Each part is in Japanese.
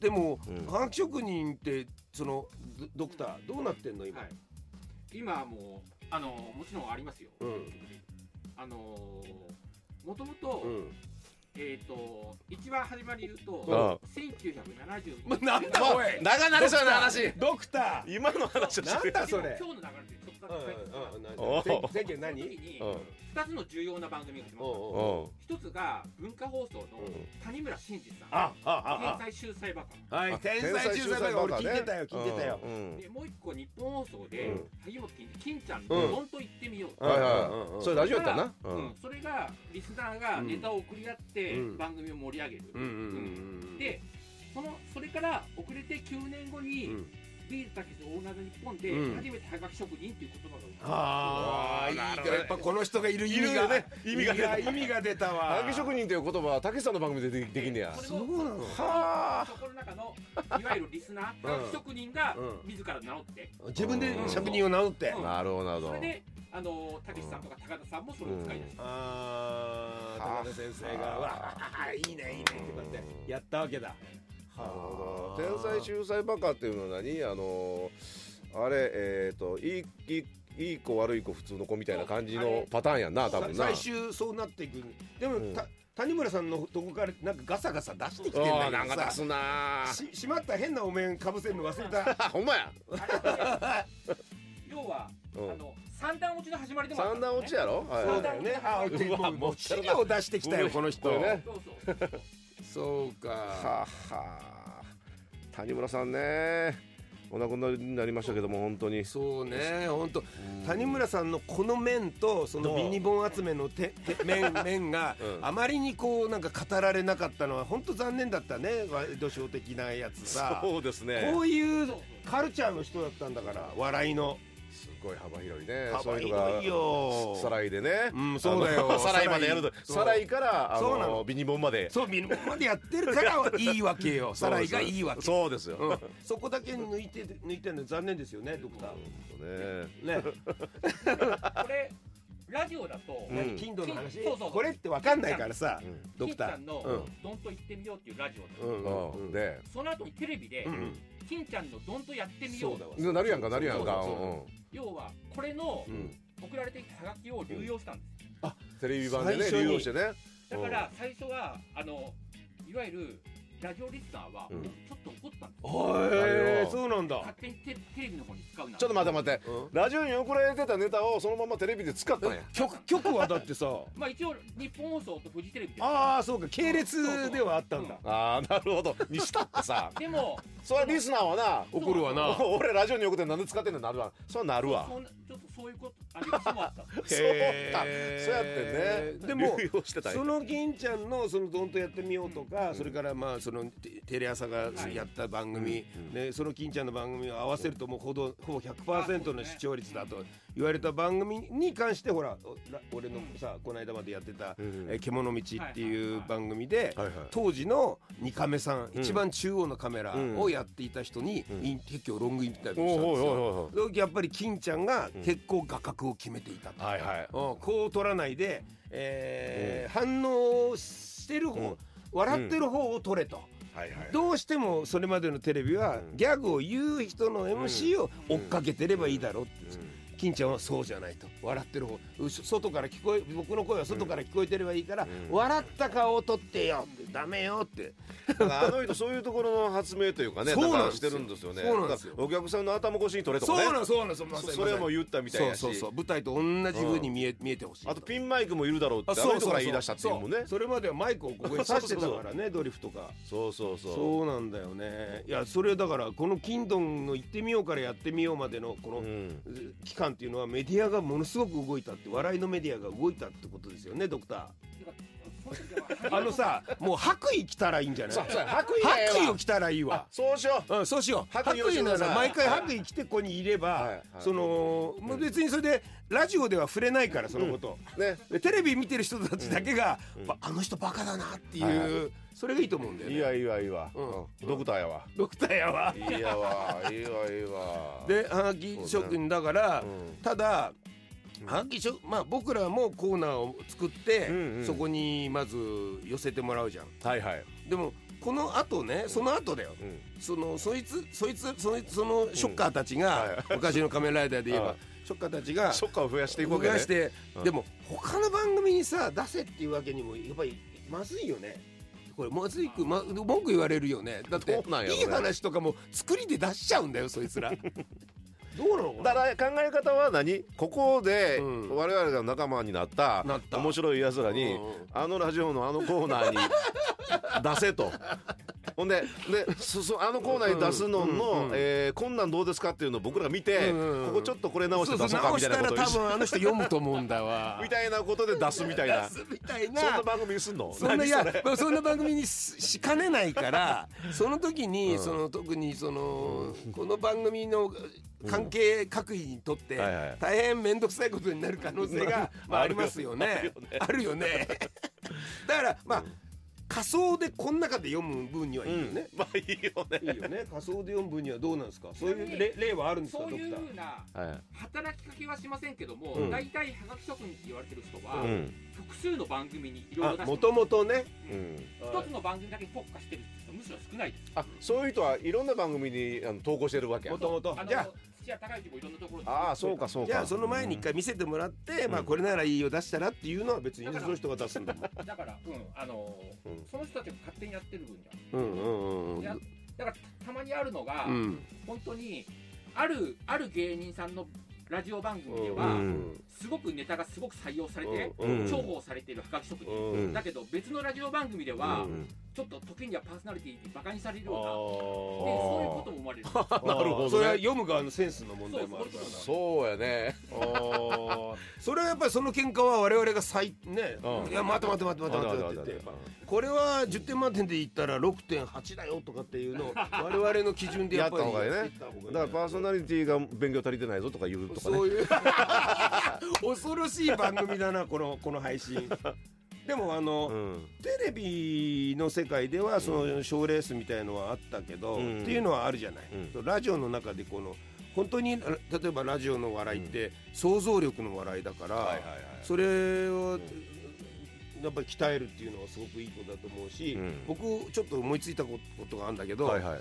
でも、うんハガキ職人ってそのドドクターどうなってんの今、はい、今はもうあのもちろんありますよ、うんあのもともと,、うんえー、と一番始まり言ううんと、1975ま年 なんだ おい長なりそうな話ドクター今の話をしてなんだそで れも今日の流れでちょっとうだんけ変えてもらうんうんおううなせんけんその時何にうん2つの重要な番組が始まっうおんうおうた一つが文化放送のうん谷村新司さああん天あ才秀才バカあはい天才中才バカ俺聞いてたよ聞いてたよ、うんうんでもう一個日本放送でうん萩本欽一金ちゃんうのん「どんと言ってみよう」うんはいはいうんうんうんそれラジオやったなうんそれがリスナーがネタを送り合ってうん番組を盛り上げる、うんうんうんうんでそのそれから遅れて9年後に、うんビールたけしオールナーズ日本でうん初めてはがき職人っていう言葉が生まれたああいいなるほどやっぱこの人がいる意味いるよがね意味が出た意味が出たわハガキ職人という言葉はたけしさんの番組でできできんねやこれそうなものはあそこの中のいわゆるリスナーうんはがき職人がうん自ら名乗って、自分で職人を名乗って、うんなるほどなるほそどれであのたけしさんとか高田さんもそれを使い出した、ああ高田先生が「はわあいいねいいね」ってこうやってやったわけだなるほど天才秀才バカっていうのは何あのーあれえっ、といいいいいい子悪い子普通の子みたいな感じのパターンやんな多分な最終そうなっていくでも、うんた谷村さんのとこからなんかガサガサ出してきてんあだあなんけかど出さすなーししまった変なお面かぶせるの忘れたあほんまや、あれって要は、うんあの三段落ちの始まりでもあった三んだ段よ落ちやろ、はい、そうだよねあ ーうわもうもう資料出してきたよこの人ごめんねそうそうそうかはあはあ谷村さんねお亡くなりになりましたけども本当にそうね本当谷村さんのこの面とそのミニ本集めのてて 面面がうんあまりにこうなんか語られなかったのは本当残念だったねワイドショー的なやつさそうですねこういうカルチャーの人だったんだから笑いのすごい幅広いね幅そういう広いのよがさらいでねうんそうだよあのさらいまでやるとそうさらいからあそうなののビニボンまでそうミニ本までやってるからいいわけ よさらいがいいわけそうですよ、うねんそこだけ抜いて抜いてるの残念ですよねドクターねこれラジオだと、うん何金土の話そうそうそうこれってわかんないからさうんド金クちタゃーんのうん「どんと言ってみよう」っていうラジオだと、うんうんううんんでその後にテレビでうん「金ちゃんのどんとやってみよそううだ」わなるやんかなるやんかそうそうそう要はこれのうんうん送られてきたハガキを流用したんですテレビ版でね最初に流用してねだから最初はあのいわゆるラジオリスナーはうんちょっと怒ったんです、へえそうなんだ勝手にテテレビの方に使うなちょっと待って待ってうんラジオに送られてたネタをそのままテレビで使ったんや曲曲はだってさまあ一応日本放送とフジテレビでああそうか系列ではあったんだああなるほどにしたってさでもそれはリスナーはな怒るわな 俺ラジオに送ってなんで使ってんのなるわそれはなるわそんなちょっとそういうことありまもあっ そたうかへーそうやってね でも流用してたんやその銀ちゃんのそのどんとやってみようとか、それからまあそのテテレ朝がはいやった番組、ね、その金ちゃんの番組を合わせるともうほどほぼ100%の視聴率だと言われた番組に関してほらおら俺のさ、この間までやってた「うんえー獣道」っていはいうはい番組で、はいはい当時の二カメさん、うん一番中央のカメラをやっていた人に、んイン結局ロングインタビューしたんですよ。おいやっぱり金ちゃんが結構画角を決めていたと。はいはいはいうんこう取らないで、えー反応してる方、うん笑ってる方を取れと、はいはいどうしてもそれまでのテレビは、うんギャグを言う人の MC を追っかけてればいいだろうって、金ちゃんはそうじゃないと笑ってる方うし外から聞こえ僕の声は外から聞こえてればいいから、ん笑った顔を取ってよってダメよってだからあの人そういうところの発明というかねそうなんですしてよるんですよねそうなんですよだからお客さんの頭越しに取れとかねそうなんそうなんそうまさそにそれはもう言ったみたいやしそうそうそう舞台と同じ風に見え,、見えてほしいとあとピンマイクもいるだろうってあの人から言い出したっていうもんねそれまではマイクをここに刺してたからねドリフとかそうそうそうそうなんだよねいやそれだからこの「金ドンの行ってみようからやってみよう」までのこの、ん期間っていうのはメディアがものすごく動いたって笑いのメディアが動いたってことですよねドクター あのさもう白衣着たらいいんじゃないそうそう白白衣がええわ衣を着たらいいわそうしよううん、そうしよう白白衣用意して衣なくださいら毎回白衣着てここにいれば、はいはいその、もう別にそれでラジオでは触れないからそのこと、ねでテレビ見てる人たちだけが、ばあの人バカだなっていう、はいはそれがいいと思うんだよねいいわいいわいいわうんうんドクターやわドクターやはいいやわいいわいいわではがき職人だから、うんただはがき職まあ僕らもコーナーを作って、うんうんそこにまず寄せてもらうじゃんはいはいでもこの後ねその後だようんそのそいつそいつそいつそのショッカーたちが、はい昔の仮面ライダーで言えば、はいショッカーたちがショッカーを増やしていくわ動けねかして、うんでも他の番組にさ出せっていうわけにもやっぱりまずいよねこれまずいく、ま、文句言われるよねだってどうなんやろういねい話とかも作りで出しちゃうんだよそい つらどうなのだから考え方は何ここでうん我々が仲間になったなった面白い奴らにうんうんあのラジオのあのコーナ ーに出せと。ほんででそそあのコーナーに出すのうんうんの、えー、こんなんどうですかっていうのを僕ら見て、うんうんうんここちょっとこれ直してそう出そそう直うかみたしいなたらことを多分あの人読むと思うんだわ みたいなことで出すみたいな出すみた いなそんな番組にすんのそんな何いそやれまあそんな番組にししかねないからその時に、その特にそのこの番組の関係各位にとってはいはい大変面倒くさいことになる可能性がまあありますよね。あるよね。だからまあ仮想でこの中で読む分にはいいよね。まあいいよね、いいよね仮想で読む分にはどうなんですかそうちいなみうに例例はあるんですかそうドいクうタふうなは働きかけはしませんけども、うん大体はがき職人って言われてる人は、いうん複数の番組にいろいろー。出あしもてともとね。うん、一つの番組だけに特化してる人むしろ少ないですあそういう人はいろんな番組にあの投稿してるわけやもともとあのじゃあ土屋高之もいろんなところにああそうかそうかじゃあその前に一回見せてもらって、まあこれならいいよ出したらっていうのは別にねだかそらの人が出すんだもん。だからうんあのーうんその人たちが勝手にやってる分じゃうんんうんうんいやだからたたまにあるのが、うん。本当にあるある芸人さんのラジオ番組では、うんすごくネタがすごく採用されて、うん重宝されているはがき職人、うんだけど別のラジオ番組でうは、んちょっと時にはパーソナリティにバカにされるあようなでそういうことも生まれるーなるほそれはどね読む側のセンスの問題もあるからそうそうやねあーそれはやっぱりその喧嘩は我々が最ね、うんいや待て待て待て待て待て待てってこれは10点満点で言ったら6.8だよとかっていう のを我々の基準でやっぱりやった方がいいねった方がいいだからパーソナリティが勉強足りてないぞとか言うとかそねういう 恐ろしい番組だなこのこの配信でもあの、うんテレビの世界ではその賞レースみたいのはあったけど、うんっていうのはあるじゃない、うラジオの中でこの本当にら例えばラジオの笑いって想像力の笑いだから、はいはいはいそれを、やっぱり鍛えるっていうのはすごくいいことだと思うし、うん僕ちょっと思いついたことがあるんだけど、はいはい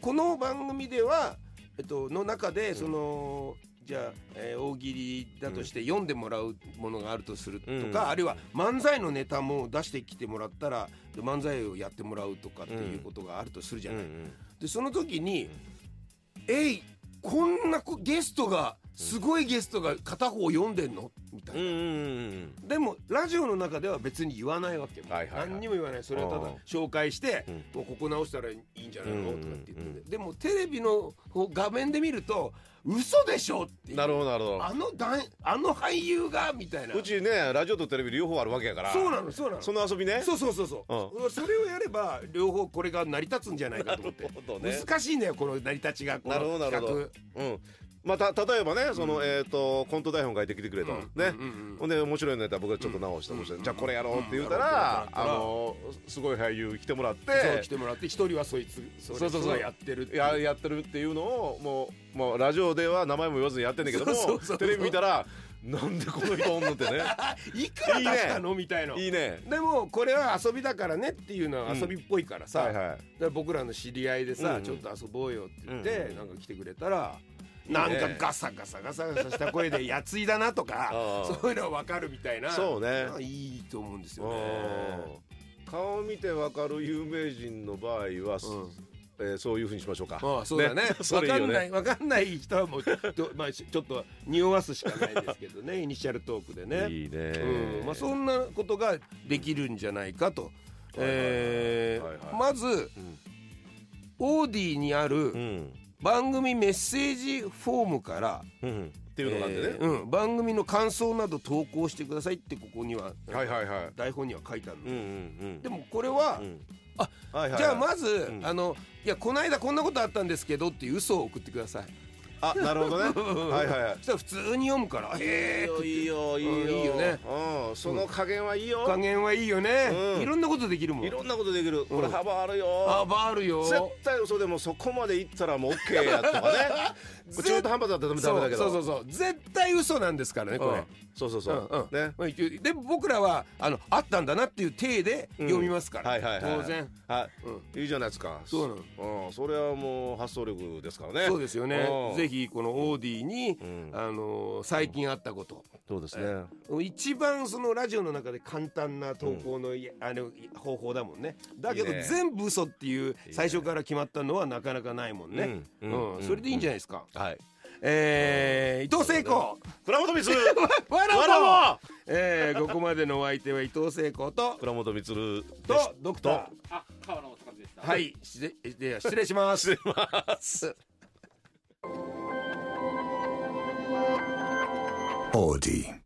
この番組では、えっと、の中でその、じゃあ、えー大喜利だとして読んでもらうものがあるとするとうんか、あるいは漫才のネタも出してきてもらったらで漫才をやってもらうとかっていうことがあるとするじゃうんなうい。んでその時に「えいこんなこゲストがすごいゲストが片方読んでんの?」みたいうんうな。んでもラジオの中では別に言わないわけ、はいはいはい何にも言わないそれはただうん紹介して、うんもうここ直したらいいんじゃないのうんとかって言って、うんでもテレビの画面で見ると嘘でしょっていうんうなるほどなるほあのだんあの俳優がみたいなどうちねラジオとテレビ両方あるわけやからそうなのそうなのその遊びねそうそうそうそう、それをやれば両方これが成り立つんじゃないかと思ってなるほどね難しいんだよこの成り立ちがこのなるほどなるほどうんまあた例えばねそのえっとコント台本書いてきてくれとねうんうんうんほんで面白いのやったら僕がちょっと直して面白いじゃあこれやろうって言うたうらんあのすごい俳優来てもらっそうて来てもらって一人はそいつそれそうそうそうそれやってるっていうややってるっていうのをもうもうラジオでは名前も言わずにやってんだけどもそうそうそうそうテレビ見たらなんでこの人おんのってねいくら出したのみた いないいねでもこれは遊びだからねっていうのは遊びっぽいからさ、はいはいだから僕らの知り合いでさ、うんちょっと遊ぼうよって言って、うんうんなんか来てくれたら。なんかガサガサガサガサした声で「やついだな」と かああそういうの分かるみたいなそうねまあいいと思うんですよねうん顔見てわかる有名人の場合は、すうんえーそういうふうにしましょうかああ そうだねそ分れいかいよんないね分かんない人はもうちょっと,、まあ、しちょっと匂わすしかないですけど ねイニシャルトークでねいいねうんまあ、そんなことができるんじゃないかと、えはいはいはいーまず、んオーディにあうるん番組メッセージフォームから、うんっていうのがあってねえ、ーうん、番組の感想など投稿してくださいってここには、はいはいはい台本には書いてあるの、うんうんでもこれは、うんああ、はいはいはいじゃあまず、んあのいやこの間こんなことあったんですけどっていう嘘を送ってくださいあなるほどね はいはいはいそしたら普通に読むからいいへえよいいよいいよ、うんいいよねうんその加減はいいよ、加減はいいよね、うんいろんなことできるもんいろんなことできる、これ幅あるあよバールよ絶対嘘でもそこまでいったらもう OK や とかね絶中途半端だったらダメだけどそうそうそうそう絶対嘘なんですからねこれ、そうそうそう、うんうんねまあ一応で僕らはあのあったんだなっていう体で読みますから、はいはいはい当然はい、いいじゃないですかそうなのうんそれはもう発想力ですからねそうですよねぜひひこのオーディに、んあのー最近あったこと、そうですね一番そのラジオの中で簡単な投稿の,、あの方法だもんねだけどいいね全部嘘っていう最初から決まったのはなかなかないもんねううんん、うんそれでいいんじゃないですか、はいえー、伊藤聖子倉本 光わらわらぼもえー、ここまでのお相手は伊藤聖子と倉本光でしとドクターあ、川野坂でした。はい、失礼では失礼します。ます オーディ。